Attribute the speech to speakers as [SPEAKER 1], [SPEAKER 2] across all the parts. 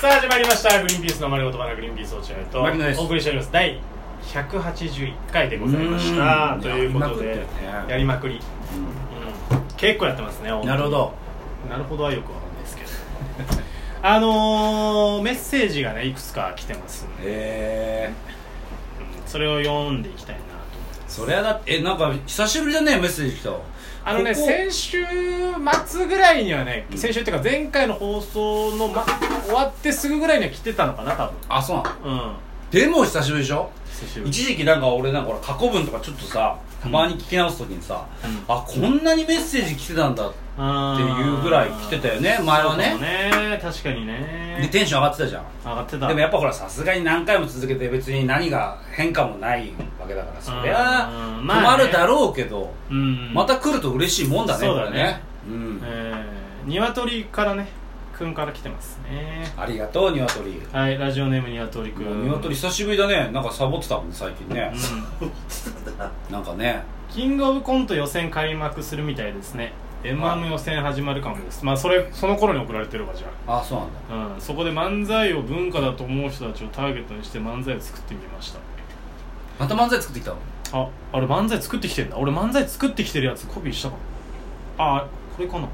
[SPEAKER 1] さあ始まりました「グリーンピースの丸ごとバナグリーンピース落合」と
[SPEAKER 2] 牧野です
[SPEAKER 1] お送りしております第181回でございました
[SPEAKER 2] うん
[SPEAKER 1] ということでや
[SPEAKER 2] や
[SPEAKER 1] り
[SPEAKER 2] り
[SPEAKER 1] まくり、うん結構やってますね
[SPEAKER 2] なるほど
[SPEAKER 1] 本当になるほどはよくわかんないですけど あのー、メッセージがねいくつか来てますんで、
[SPEAKER 2] へえ
[SPEAKER 1] うんそれを読んでいきたいなと
[SPEAKER 2] そりゃだってえなんか久しぶりだねメッセージ来た
[SPEAKER 1] あのね
[SPEAKER 2] ここ
[SPEAKER 1] 先週末ぐらいにはね
[SPEAKER 2] うん
[SPEAKER 1] 先週っていうか前回の放送の、ま、終わってすぐぐらいには来てたのかな多
[SPEAKER 2] あそうなの
[SPEAKER 1] 分うん
[SPEAKER 2] でも久しぶりでしょ
[SPEAKER 1] 久しぶり
[SPEAKER 2] 一時期なんか俺なんかほら過去文とかちょっとさたまに聞き直すときにさ、
[SPEAKER 1] うん
[SPEAKER 2] あこんなにメッセージ来てたんだって
[SPEAKER 1] っ
[SPEAKER 2] いうぐらい来てたよね前はね
[SPEAKER 1] 確かに
[SPEAKER 2] で
[SPEAKER 1] ね
[SPEAKER 2] テンション上がってたじゃん
[SPEAKER 1] 上がってた
[SPEAKER 2] でもやっぱほらさすがに何回も続けて別に何が変化もないわけだからそりゃ
[SPEAKER 1] うんまあね
[SPEAKER 2] 困るだろうけど、
[SPEAKER 1] うん
[SPEAKER 2] また来ると嬉しいもんだね、
[SPEAKER 1] そう
[SPEAKER 2] こ
[SPEAKER 1] だね
[SPEAKER 2] れね、うん
[SPEAKER 1] えー鶏からねくんから来てますね
[SPEAKER 2] ありがとうニワトリ
[SPEAKER 1] はいラジオネーム鶏くん
[SPEAKER 2] ニワトリ久しぶりだねなんかサボってたもん最近ね
[SPEAKER 1] うん、
[SPEAKER 2] なんかね
[SPEAKER 1] キングオブコント予選開幕するみたいですね m 1予選始まるかもですまあそれその頃に送られてるわじゃ
[SPEAKER 2] あそうなんだ
[SPEAKER 1] あ、うん、そこで漫才を文化だと思う人たちをターゲットにして漫才を作ってみました
[SPEAKER 2] また漫才作ってきたの
[SPEAKER 1] ああれ漫才作ってきてんだ俺漫才作ってきてるやつコピーしたかもあこれかな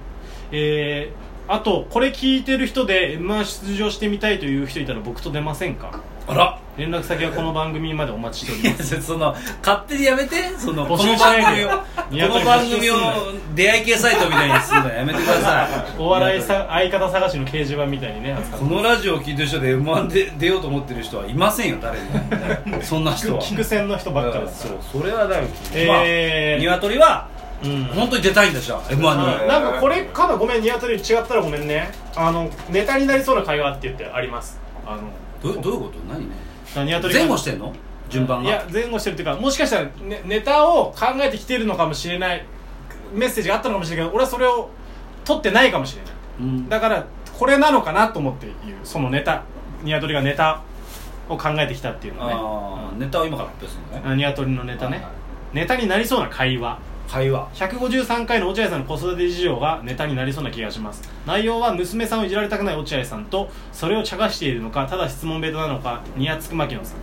[SPEAKER 1] えー、あとこれ聞いてる人で m 1出場してみたいという人いたら僕と出ませんか
[SPEAKER 2] あら
[SPEAKER 1] 連絡先はこの番組までお待ちしてお
[SPEAKER 2] い
[SPEAKER 1] り
[SPEAKER 2] や
[SPEAKER 1] ます
[SPEAKER 2] その勝手にやめてその
[SPEAKER 1] 募
[SPEAKER 2] こ
[SPEAKER 1] 集
[SPEAKER 2] の
[SPEAKER 1] しな
[SPEAKER 2] 番
[SPEAKER 1] いで
[SPEAKER 2] 組を
[SPEAKER 1] よ
[SPEAKER 2] この番組を出会い系サイトみたいにするのやめてください
[SPEAKER 1] お笑いさ相方探しの掲示板みたいにね扱っ
[SPEAKER 2] このラジオを聞いてる人で m 1で出ようと思ってる人はいませんよ誰 にそんな人
[SPEAKER 1] 聞
[SPEAKER 2] は
[SPEAKER 1] く聞く線の人ばっかですから
[SPEAKER 2] そうそれはだよ、
[SPEAKER 1] えー
[SPEAKER 2] まあ鶏は
[SPEAKER 1] うん
[SPEAKER 2] 本当に出たいんだじゃあ m 1に、
[SPEAKER 1] あなんかこれかなごめんニワトリ違ったらごめんねあのネタになりそうな会話って言ってありますあ
[SPEAKER 2] どどういうこと何
[SPEAKER 1] のニワトリが
[SPEAKER 2] 前後してんの順番が
[SPEAKER 1] いや前後してるっていうかもしかしたら、ね、ネタを考えてきてるのかもしれないメッセージがあったのかもしれないけど俺はそれを取ってないかもしれない
[SPEAKER 2] うん
[SPEAKER 1] だからこれなのかなと思って言うそのネタニワトリがネタを考えてきたっていうの
[SPEAKER 2] あー
[SPEAKER 1] ね
[SPEAKER 2] ネタを今から発表するのね、
[SPEAKER 1] うんニワトリのネタね、
[SPEAKER 2] はいはい
[SPEAKER 1] ネタになりそうな会話
[SPEAKER 2] 会話
[SPEAKER 1] 153回の落合さんの子育て事情がネタになりそうな気がします内容は娘さんをいじられたくない落合さんとそれを茶化しているのかただ質問ベタなのかにやつく牧野さん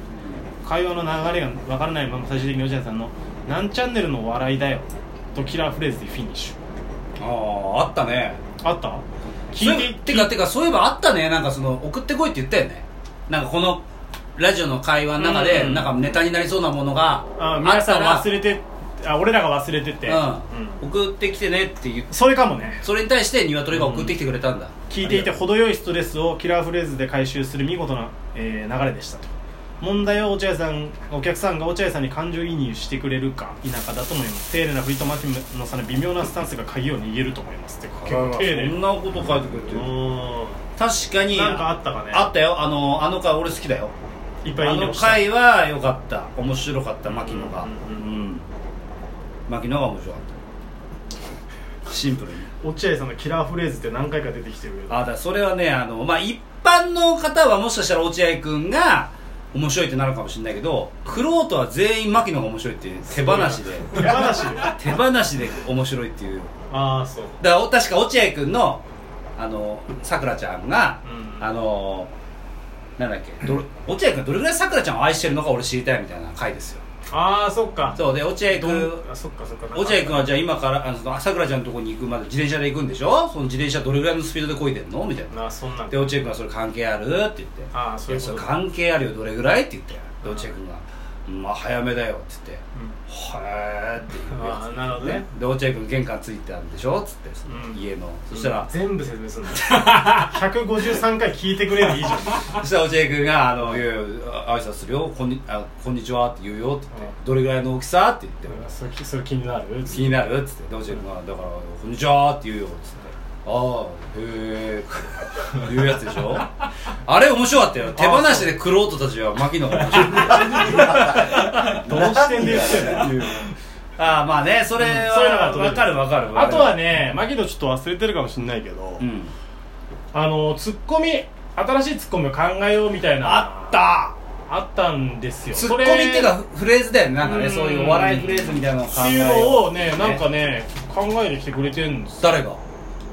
[SPEAKER 1] 会話の流れが分からないまま最終的に落合さんの「何チャンネルのお笑いだよ」とキラーフレーズでフィニッシ
[SPEAKER 2] あああったね
[SPEAKER 1] ュあった聞
[SPEAKER 2] そう
[SPEAKER 1] いて
[SPEAKER 2] いえばてかてかそういえばあったねなんかその送ってこいって言ったよねなんかこのラジオの会話の中で、
[SPEAKER 1] うん
[SPEAKER 2] なんかネタになりそうなものが
[SPEAKER 1] あ
[SPEAKER 2] あ
[SPEAKER 1] 皆
[SPEAKER 2] っ
[SPEAKER 1] さ
[SPEAKER 2] た
[SPEAKER 1] ん
[SPEAKER 2] ら
[SPEAKER 1] 忘れてあ俺らが忘れてて、
[SPEAKER 2] うん送ってきてねって言って
[SPEAKER 1] それかもね
[SPEAKER 2] それに対して鶏が送ってきてくれたんだ、
[SPEAKER 1] 聞いていて
[SPEAKER 2] あり
[SPEAKER 1] 程よいストレスをキラーフレーズで回収する見事な、えー流れでしたと問題は落合さんお客さんが落合さんに感情移入してくれるか否かだと思います丁寧な振りと牧野さんの微妙なスタンスが鍵を握ると思いますって結
[SPEAKER 2] がとう
[SPEAKER 1] 構丁寧
[SPEAKER 2] そんなこと書いてくれてる
[SPEAKER 1] う
[SPEAKER 2] 確か
[SPEAKER 1] ん
[SPEAKER 2] に
[SPEAKER 1] なんかあったかね
[SPEAKER 2] あったよあのあの回俺好きだよ
[SPEAKER 1] いっぱい
[SPEAKER 2] あ
[SPEAKER 1] いいね
[SPEAKER 2] の
[SPEAKER 1] 押した
[SPEAKER 2] 回は良かった面白かった牧野が
[SPEAKER 1] う
[SPEAKER 2] うん
[SPEAKER 1] うん
[SPEAKER 2] 牧野が面白かったシンプルに
[SPEAKER 1] 落合さんのキラーフレーズって何回か出てきてるけど
[SPEAKER 2] あだそれはねあの、まあ、一般の方はもしかしたら落合君が面白いってなるかもしれないけど玄人は全員牧野が面白いっていう手放しで
[SPEAKER 1] 手放しで
[SPEAKER 2] 手放しで面白いっていう
[SPEAKER 1] ああそう
[SPEAKER 2] だからお確か落合君のあのさくらちゃんが、
[SPEAKER 1] うん
[SPEAKER 2] あのなんだっけどれ落合君どれぐらいさくらちゃんを愛してるのか俺知りたいみたいな回ですよ
[SPEAKER 1] ああそっか
[SPEAKER 2] そうで落合
[SPEAKER 1] ど
[SPEAKER 2] 君
[SPEAKER 1] んあそっかそっかなんか
[SPEAKER 2] 落合君はじゃあ今からあのそのさくらちゃんのとこに行くまで自転車で行くんでしょその自転車どれぐらいのスピードで漕いでんのみたいな
[SPEAKER 1] あーそんなん
[SPEAKER 2] で落合君はそれ関係あるって言って
[SPEAKER 1] ああそういうこと
[SPEAKER 2] やれ関係あるよどれぐらいって言ってで落合君が「まあ早めだよ」って言って
[SPEAKER 1] うん
[SPEAKER 2] 「へえ」って言って
[SPEAKER 1] ああなるほどね
[SPEAKER 2] で落合君玄関ついてたんでしょっつってその
[SPEAKER 1] うん
[SPEAKER 2] 家の、そしたら、
[SPEAKER 1] 全部説明 するんだ153回聞いてくれるいいじゃん
[SPEAKER 2] そしたら落合君が「あのいやいやあ挨拶するよこんにあこんにちは」って言うよって言って
[SPEAKER 1] う
[SPEAKER 2] 「どれぐらいの大きさ?」って言って俺が
[SPEAKER 1] それそれ気になる
[SPEAKER 2] 「気になる?」っつってで落合君が「だからこんにちは」って言うよっつって「ああへえ」って言うやつでし ょあれ面白かったよ手放しで玄人たちは牧野が面白い
[SPEAKER 1] どの視点で言ってんの
[SPEAKER 2] ああまあねそれ
[SPEAKER 1] うんそういうのが
[SPEAKER 2] は
[SPEAKER 1] 取れる
[SPEAKER 2] 分かる分かる
[SPEAKER 1] あとはねマキドちょっと忘れてるかもしれないけど、
[SPEAKER 2] うん
[SPEAKER 1] あのツッコミ新しいツッコミを考えようみたいな
[SPEAKER 2] あった
[SPEAKER 1] あったんですよ
[SPEAKER 2] ツッコミってい
[SPEAKER 1] それ
[SPEAKER 2] うかフレーズだよねなんか
[SPEAKER 1] う
[SPEAKER 2] ね
[SPEAKER 1] ん
[SPEAKER 2] そういうお笑いフレーズみたいなのを考
[SPEAKER 1] って
[SPEAKER 2] え
[SPEAKER 1] い
[SPEAKER 2] よ
[SPEAKER 1] う
[SPEAKER 2] う
[SPEAKER 1] のをねなんかね考えてきてくれてるんです
[SPEAKER 2] 誰が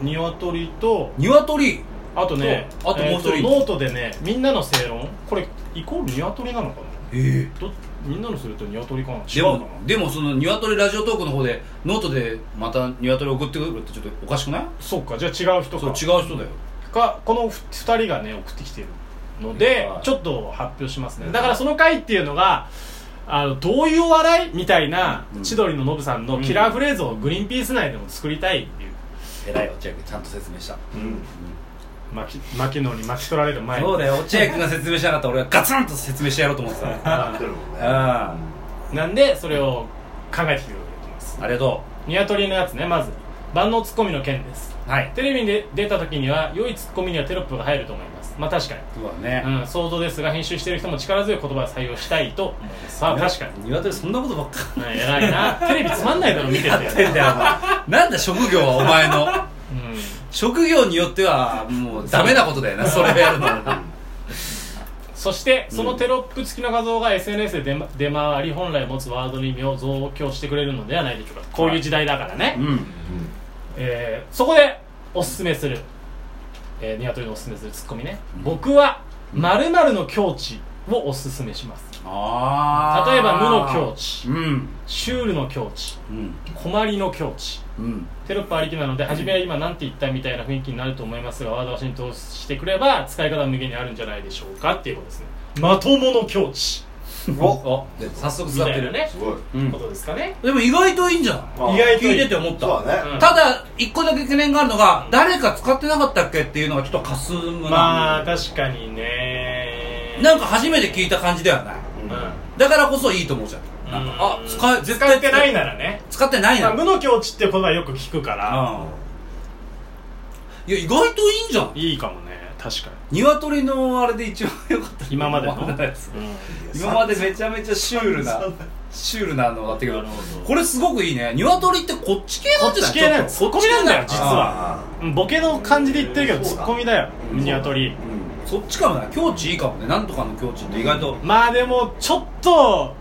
[SPEAKER 1] 鶏と
[SPEAKER 2] 鶏
[SPEAKER 1] あとね
[SPEAKER 2] とあともう一人
[SPEAKER 1] えーとノートでねみんなの正論これイコールニワトリなのか
[SPEAKER 2] え
[SPEAKER 1] などみんなのするとニワトリかな違
[SPEAKER 2] で
[SPEAKER 1] うか
[SPEAKER 2] も
[SPEAKER 1] な
[SPEAKER 2] でもその鶏ラジオトークの方でノートでまた鶏送ってくるってちょっとおかしくない
[SPEAKER 1] そうかじゃあ違う人
[SPEAKER 2] そう違
[SPEAKER 1] か
[SPEAKER 2] う人だよ
[SPEAKER 1] かこの2人がね送ってきてるので、
[SPEAKER 2] はい
[SPEAKER 1] ちょっと発表しますねだからその回っていうのがあのどういうお笑いみたいな
[SPEAKER 2] うん
[SPEAKER 1] 千鳥のノブさんのキラーフレーズをグリーンピース内でも作りたいっていう、
[SPEAKER 2] 偉い落合君ちゃんと説明した
[SPEAKER 1] うん、巻き巻きのに巻き取られる前に
[SPEAKER 2] そうだよ落合君が説明しなかったら俺がガツンと説明してやろうと思ってたうん
[SPEAKER 1] あ
[SPEAKER 2] あ
[SPEAKER 1] ーなんでそれを考えてきてくれてます
[SPEAKER 2] りがと
[SPEAKER 1] ニワトリのやつねまず万能ツッコミの件です
[SPEAKER 2] うはい
[SPEAKER 1] テレビに出出た時には良いツッコミにはテロップが入ると思いますまあ確かに
[SPEAKER 2] そうだね、
[SPEAKER 1] うん、想像ですが編集してる人も力強い言葉を採用したいと思いますまあ確かに
[SPEAKER 2] 鶏そんなことばっか
[SPEAKER 1] うん偉いなテレビつまんないだろ 見てて、うん、
[SPEAKER 2] り なんだ職業はお前の職業によってはもうダメなことだよなそれやるの
[SPEAKER 1] そしてそのテロップ付きの画像が SNS で出ま出回り本来持つワードの意味を増強してくれるのではないでしょうかこういう時代だからね、
[SPEAKER 2] うん
[SPEAKER 1] えーそこでおすすめする、えー、ニワトリのおすすめするツッコミね僕は〇〇の境地をおすすめします
[SPEAKER 2] ああ
[SPEAKER 1] 例えば無の境地
[SPEAKER 2] うん
[SPEAKER 1] シュールの境地
[SPEAKER 2] うん
[SPEAKER 1] 困りの境地
[SPEAKER 2] うん
[SPEAKER 1] テロップありきなので初めは今なんて言ったみたいな雰囲気になると思いますがワードを浸透してくれば使い方は無限にあるんじゃないでしょうかっていうことですねまともの境地
[SPEAKER 2] おで早速
[SPEAKER 1] み
[SPEAKER 2] 伝わったて
[SPEAKER 1] いな
[SPEAKER 2] る
[SPEAKER 1] ね
[SPEAKER 3] すごい
[SPEAKER 2] うん
[SPEAKER 1] ことですかね
[SPEAKER 2] でも意外といいんじゃない
[SPEAKER 3] あ
[SPEAKER 1] 意外といい
[SPEAKER 2] 聞いてて思っ
[SPEAKER 3] そ
[SPEAKER 2] た
[SPEAKER 3] うだ
[SPEAKER 1] う
[SPEAKER 3] ね
[SPEAKER 1] ん
[SPEAKER 2] ただ一個だけ懸念があるのが誰か使ってなかったっけっていうのがちょっとかすむな、
[SPEAKER 1] まあ確かにね
[SPEAKER 2] なんか初めて聞いた感じではない
[SPEAKER 1] うん
[SPEAKER 2] だからこそいいと思うじゃんなんかあ
[SPEAKER 1] うん
[SPEAKER 2] 使え絶
[SPEAKER 1] 使
[SPEAKER 2] 対
[SPEAKER 1] ってないならね
[SPEAKER 2] 使ってない
[SPEAKER 1] ま
[SPEAKER 2] な
[SPEAKER 1] あ無の境地って言葉よく聞くから
[SPEAKER 2] うんいや意外といいんじゃん
[SPEAKER 1] いいかもね確かに
[SPEAKER 2] 鶏のあれで一番良かった
[SPEAKER 1] 今までの
[SPEAKER 2] 今までのやつ
[SPEAKER 1] う
[SPEAKER 2] 今までめちゃめちゃシュールなシュールなのだったけど
[SPEAKER 1] なるほど
[SPEAKER 2] これすごくいいね鶏ってこっち系
[SPEAKER 1] こ
[SPEAKER 2] なん
[SPEAKER 1] っ
[SPEAKER 2] じゃない
[SPEAKER 1] ち系なんですこっちなんだよ実は
[SPEAKER 3] あ
[SPEAKER 1] うんボケの感じで言ってるけど
[SPEAKER 3] そ
[SPEAKER 1] ツ
[SPEAKER 3] うだ
[SPEAKER 1] ッコミだよニワトリ
[SPEAKER 2] そっちかもね境地いいかもねなんとかの境地って意外と
[SPEAKER 1] まあでもちょっと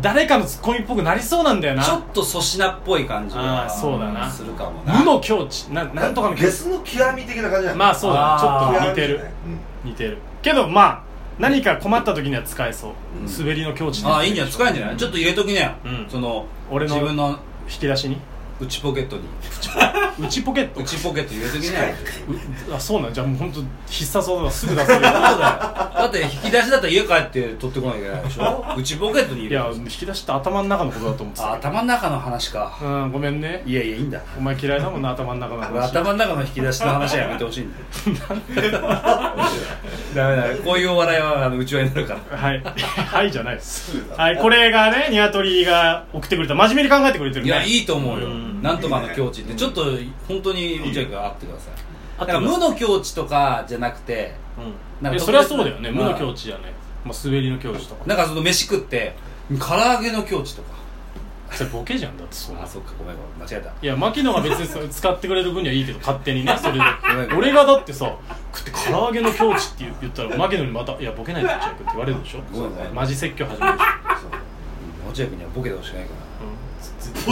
[SPEAKER 1] 誰かのツッコミっぽくなりそうなんだよな
[SPEAKER 2] ちょっと粗品っぽい感じ
[SPEAKER 1] あー
[SPEAKER 2] が
[SPEAKER 1] そうだな
[SPEAKER 2] するかもな
[SPEAKER 1] 無の境地ななんとかの境地
[SPEAKER 3] ゲスの極み的な感じだね
[SPEAKER 1] まあそうだ
[SPEAKER 2] あ
[SPEAKER 1] ね
[SPEAKER 2] ー
[SPEAKER 1] ちょっと似てる似てるけどまあ何か困った時には使えそう、
[SPEAKER 2] うん
[SPEAKER 1] 滑りの境地
[SPEAKER 2] ああいいんじゃないい使えんじゃないちょっと入れときね
[SPEAKER 1] うん
[SPEAKER 2] その
[SPEAKER 1] 俺の
[SPEAKER 2] 自分の
[SPEAKER 1] 引き出 しに
[SPEAKER 2] 内ポケッ トに
[SPEAKER 1] 内ポケット
[SPEAKER 2] 内ポケット入れときね
[SPEAKER 1] うあそうなんじゃあもう本当必殺技がすぐ出せる
[SPEAKER 2] そうだよだって引き出しだったら家帰って取ってこなきゃいけないでしょ 内ポケットに入
[SPEAKER 1] い
[SPEAKER 2] れ
[SPEAKER 1] や
[SPEAKER 2] る
[SPEAKER 1] 引き出しって頭の中のことだと思って
[SPEAKER 2] あ
[SPEAKER 1] た
[SPEAKER 2] 頭の中の話か
[SPEAKER 1] うんごめんね
[SPEAKER 2] いやいやいいんだ
[SPEAKER 1] お前嫌いだもんな頭の中の
[SPEAKER 2] 俺
[SPEAKER 1] 話
[SPEAKER 2] 頭の中の引き出しの話はやめてほしいんだよダメだこういうお笑いはあのうちわになるから
[SPEAKER 1] はい はいじゃないです
[SPEAKER 3] すぐだ
[SPEAKER 1] はいこれがねニワトリが送ってくれた真面目に考えてくれてる
[SPEAKER 2] い
[SPEAKER 1] ね
[SPEAKER 2] やいいと思うよ
[SPEAKER 1] うん
[SPEAKER 2] なんとかの境地ってちょっと本当に落合君あってください
[SPEAKER 1] 合っ
[SPEAKER 2] だか
[SPEAKER 1] て
[SPEAKER 2] ら
[SPEAKER 1] ます
[SPEAKER 2] 無の境地とかじゃなくて
[SPEAKER 1] うん、
[SPEAKER 2] なんか
[SPEAKER 1] いや
[SPEAKER 2] 特別な
[SPEAKER 1] それはそうだよね無の境地じゃない、まあ、滑りの境地とか
[SPEAKER 2] なんかその飯食って唐揚げの境地とか
[SPEAKER 1] それボケじゃんだってそうな
[SPEAKER 2] あそっかごめんごめん間違えた
[SPEAKER 1] いや牧野が別にそれ使ってくれる分にはいいけど勝手 にねそれで
[SPEAKER 2] めんごめん
[SPEAKER 1] 俺がだってさ食って唐揚げの境地って言言ったら牧野にまた「いやボケないで落合君」って言われるでしょ
[SPEAKER 2] ごめんごめん
[SPEAKER 1] マジ説教始め るでしょ、
[SPEAKER 2] 落合君にはボケてほしくない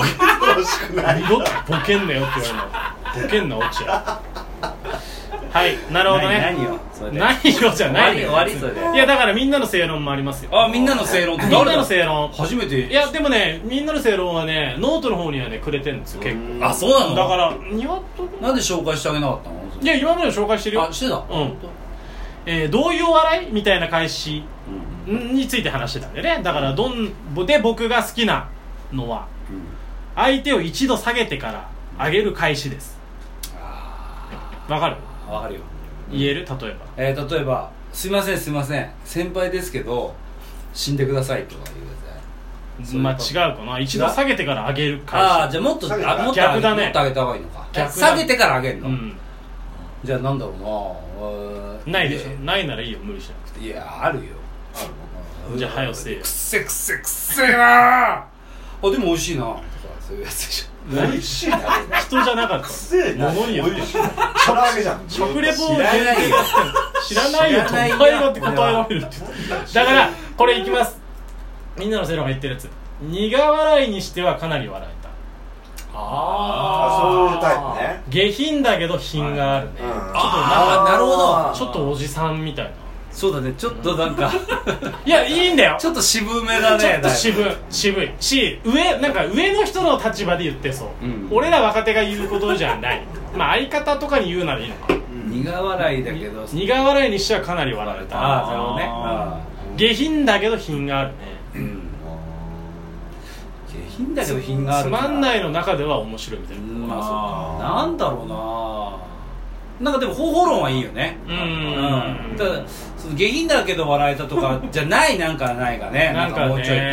[SPEAKER 2] から
[SPEAKER 3] ボケてほしくな
[SPEAKER 1] う
[SPEAKER 3] い
[SPEAKER 1] ん、二度とボケんなよって言われるのボケんな落合はいなるほどね
[SPEAKER 2] 何何よそれで
[SPEAKER 1] 何よじゃないよ
[SPEAKER 2] 終わり終わりそれで
[SPEAKER 1] いやだからみんなの正論もありますよ
[SPEAKER 2] あみんなの正論って
[SPEAKER 1] みん
[SPEAKER 2] 誰だ
[SPEAKER 1] なの正論
[SPEAKER 2] 初めて
[SPEAKER 1] いやでもねみんなの正論はねノートの方にはねくれてるんですよ結構
[SPEAKER 2] あそうなの
[SPEAKER 1] だからニワトリ
[SPEAKER 2] なんで紹介してあげなかったの
[SPEAKER 1] いや今までの紹介してるよ
[SPEAKER 2] あしてた
[SPEAKER 1] うん、えー、どういうお笑いみたいな返し
[SPEAKER 2] うん
[SPEAKER 1] について話してたんでねだからどんで僕が好きなのは相手を一度下げてから上げる返しですわかる
[SPEAKER 2] あわかるよ
[SPEAKER 1] 言える例え
[SPEAKER 2] えー例えば「すいませんすいません先輩ですけど死んでください」とか言うやつねそう
[SPEAKER 1] ば
[SPEAKER 2] いう
[SPEAKER 1] まあ
[SPEAKER 2] こと
[SPEAKER 1] 違うかな一度下げてから上げる
[SPEAKER 2] ああ
[SPEAKER 1] 返し
[SPEAKER 2] じゃあもっと
[SPEAKER 3] 下げ
[SPEAKER 2] あもっと
[SPEAKER 1] 逆だね
[SPEAKER 2] もっと上げた方がいいのか
[SPEAKER 1] 逆だね
[SPEAKER 2] 下げてから上げる
[SPEAKER 1] う
[SPEAKER 2] の、
[SPEAKER 1] ん
[SPEAKER 2] じゃあなんだろうな
[SPEAKER 1] ないでしょないならいいよ無理しなく
[SPEAKER 2] ょいやあるよ
[SPEAKER 1] てじゃあ早よせえよ
[SPEAKER 2] くっせくっせくっせえなあでも美味しいなとかそういうやつでしょ
[SPEAKER 3] 美味しいな
[SPEAKER 1] 人じゃなかった
[SPEAKER 3] くせえな
[SPEAKER 1] 物によって
[SPEAKER 3] 美味しいな唐揚げじゃん
[SPEAKER 1] 食レポを
[SPEAKER 2] 知らないよ
[SPEAKER 1] 知らないよ
[SPEAKER 2] 知
[SPEAKER 1] 都
[SPEAKER 2] らない
[SPEAKER 1] 会
[SPEAKER 2] よ
[SPEAKER 1] だって答えられるってだからこれいきますみんなのセロが言ってるやつ苦笑いにしてはかなり笑えた
[SPEAKER 4] あ
[SPEAKER 3] あそういうタイプね
[SPEAKER 1] 下品だけど品があるね、
[SPEAKER 3] うん
[SPEAKER 2] あーなるほど
[SPEAKER 1] ちょっとおじさんみたいな
[SPEAKER 2] そうだねちょっとなんか
[SPEAKER 1] いやいいんだよ
[SPEAKER 2] ちょっと渋めだね
[SPEAKER 1] ちょっと
[SPEAKER 2] だいぶ
[SPEAKER 1] 渋い渋いし上なんか上の人の立場で言ってそう、
[SPEAKER 2] うん
[SPEAKER 1] 俺ら若手が言うことじゃないまあ相方とかに言うならいいのか
[SPEAKER 2] 苦笑いだけど
[SPEAKER 1] 苦笑いにしてはかなり笑われ
[SPEAKER 2] あ
[SPEAKER 1] た
[SPEAKER 2] あなるほどね
[SPEAKER 4] あ
[SPEAKER 1] 下品だけど品があるね
[SPEAKER 2] あーうん下品だけど品があ
[SPEAKER 1] つ
[SPEAKER 2] るか
[SPEAKER 1] ま
[SPEAKER 2] ら
[SPEAKER 1] んないの中では面白いみたいうな、
[SPEAKER 2] んまあそうかなんだろうななんかでも方法論はいいよね
[SPEAKER 1] うん
[SPEAKER 2] うんただその下品だけど笑えたとかじゃない なんかないがね
[SPEAKER 1] な
[SPEAKER 2] なんん
[SPEAKER 1] かね
[SPEAKER 2] かもうちょいこ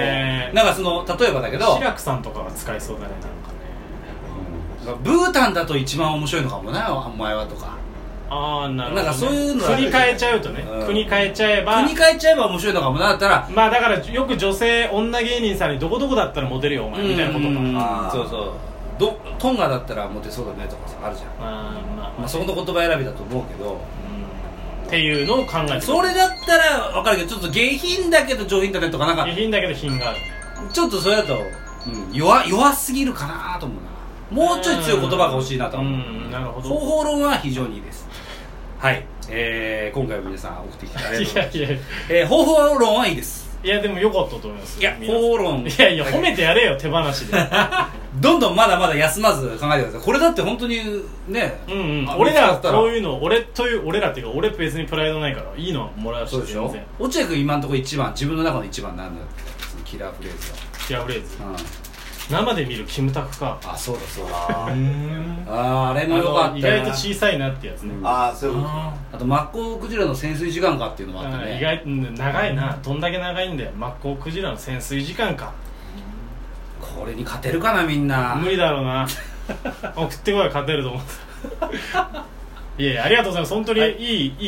[SPEAKER 2] うなんかその例えばだけど
[SPEAKER 1] 志らくさんとかが使いそうだねなんかね
[SPEAKER 2] ブータンだと一番面白いのかもねお前はとか
[SPEAKER 1] ああなるほど、ね、
[SPEAKER 2] なんかそういうのは
[SPEAKER 1] 国変えちゃうとね、
[SPEAKER 2] うん
[SPEAKER 1] 国変えちゃえば
[SPEAKER 2] 国変えちゃえば面白いのかもなだったら
[SPEAKER 1] まあだからよく女性女芸人さんにどこどこだったらモテるよお前みたいなことか
[SPEAKER 2] うん
[SPEAKER 3] あー
[SPEAKER 2] そうそうどトンガだったらモテそうだねとかさあるじゃん、
[SPEAKER 1] まあまあ
[SPEAKER 2] ま
[SPEAKER 1] ま
[SPEAKER 2] あ、
[SPEAKER 1] あ
[SPEAKER 2] そこの言葉選びだと思うけど
[SPEAKER 1] うんっていうのを考えてる
[SPEAKER 2] それだったら分かるけどちょっと下品だけど上品だねとかなんか
[SPEAKER 1] 下品だけど品がある
[SPEAKER 2] ちょっとそれだと、うん、弱弱すぎるかなと思うなもうちょい強い言葉が欲しいなと
[SPEAKER 1] う
[SPEAKER 2] 思う、
[SPEAKER 1] んなるほ
[SPEAKER 2] 方
[SPEAKER 1] ど
[SPEAKER 2] 法論は非常にいいですはい、えー、今回も皆さん送ってきてありがとうご
[SPEAKER 1] い
[SPEAKER 2] ざい
[SPEAKER 1] や
[SPEAKER 2] ます、
[SPEAKER 1] いやい
[SPEAKER 2] えー、方法論はいいです
[SPEAKER 1] やでもよかったと思います
[SPEAKER 2] いや
[SPEAKER 1] 皆さん
[SPEAKER 2] 方法論
[SPEAKER 1] いやいや褒めてやれよ手放しで
[SPEAKER 2] どんどんまだまだ休まず考えてくださいこれだって本当にね、
[SPEAKER 1] うんうん
[SPEAKER 2] あ
[SPEAKER 1] 俺
[SPEAKER 2] 見つ
[SPEAKER 1] ら
[SPEAKER 2] かった
[SPEAKER 1] こういうの俺という俺らっていうか俺別にプライドないからいいのはもらうし
[SPEAKER 2] そうでしょ
[SPEAKER 1] 全然
[SPEAKER 2] 落合君今のところ一番自分の中の一番なんだよそのキラーフレーズ
[SPEAKER 1] キラーフレーズ
[SPEAKER 2] は、うん、
[SPEAKER 1] 生で見るキムタクか
[SPEAKER 2] あそうだそうだ
[SPEAKER 3] あ
[SPEAKER 2] あーあれもよか
[SPEAKER 1] あ
[SPEAKER 2] っ
[SPEAKER 1] の
[SPEAKER 2] た
[SPEAKER 1] 意
[SPEAKER 2] よ
[SPEAKER 1] 外
[SPEAKER 2] な
[SPEAKER 1] と小さいなってやつね
[SPEAKER 2] うん
[SPEAKER 3] あーそういうこと
[SPEAKER 2] あとマッコウクジラの潜水時間かっていうのもあった
[SPEAKER 1] あ
[SPEAKER 2] ね
[SPEAKER 1] 意外うん長いなどんだけ長いんだよマッコウクジラの潜水時間か
[SPEAKER 2] これに勝てるかなみんな
[SPEAKER 1] 無理だろう な送ってこい勝てると思っていやいやありがとうございます本当にいい、い、い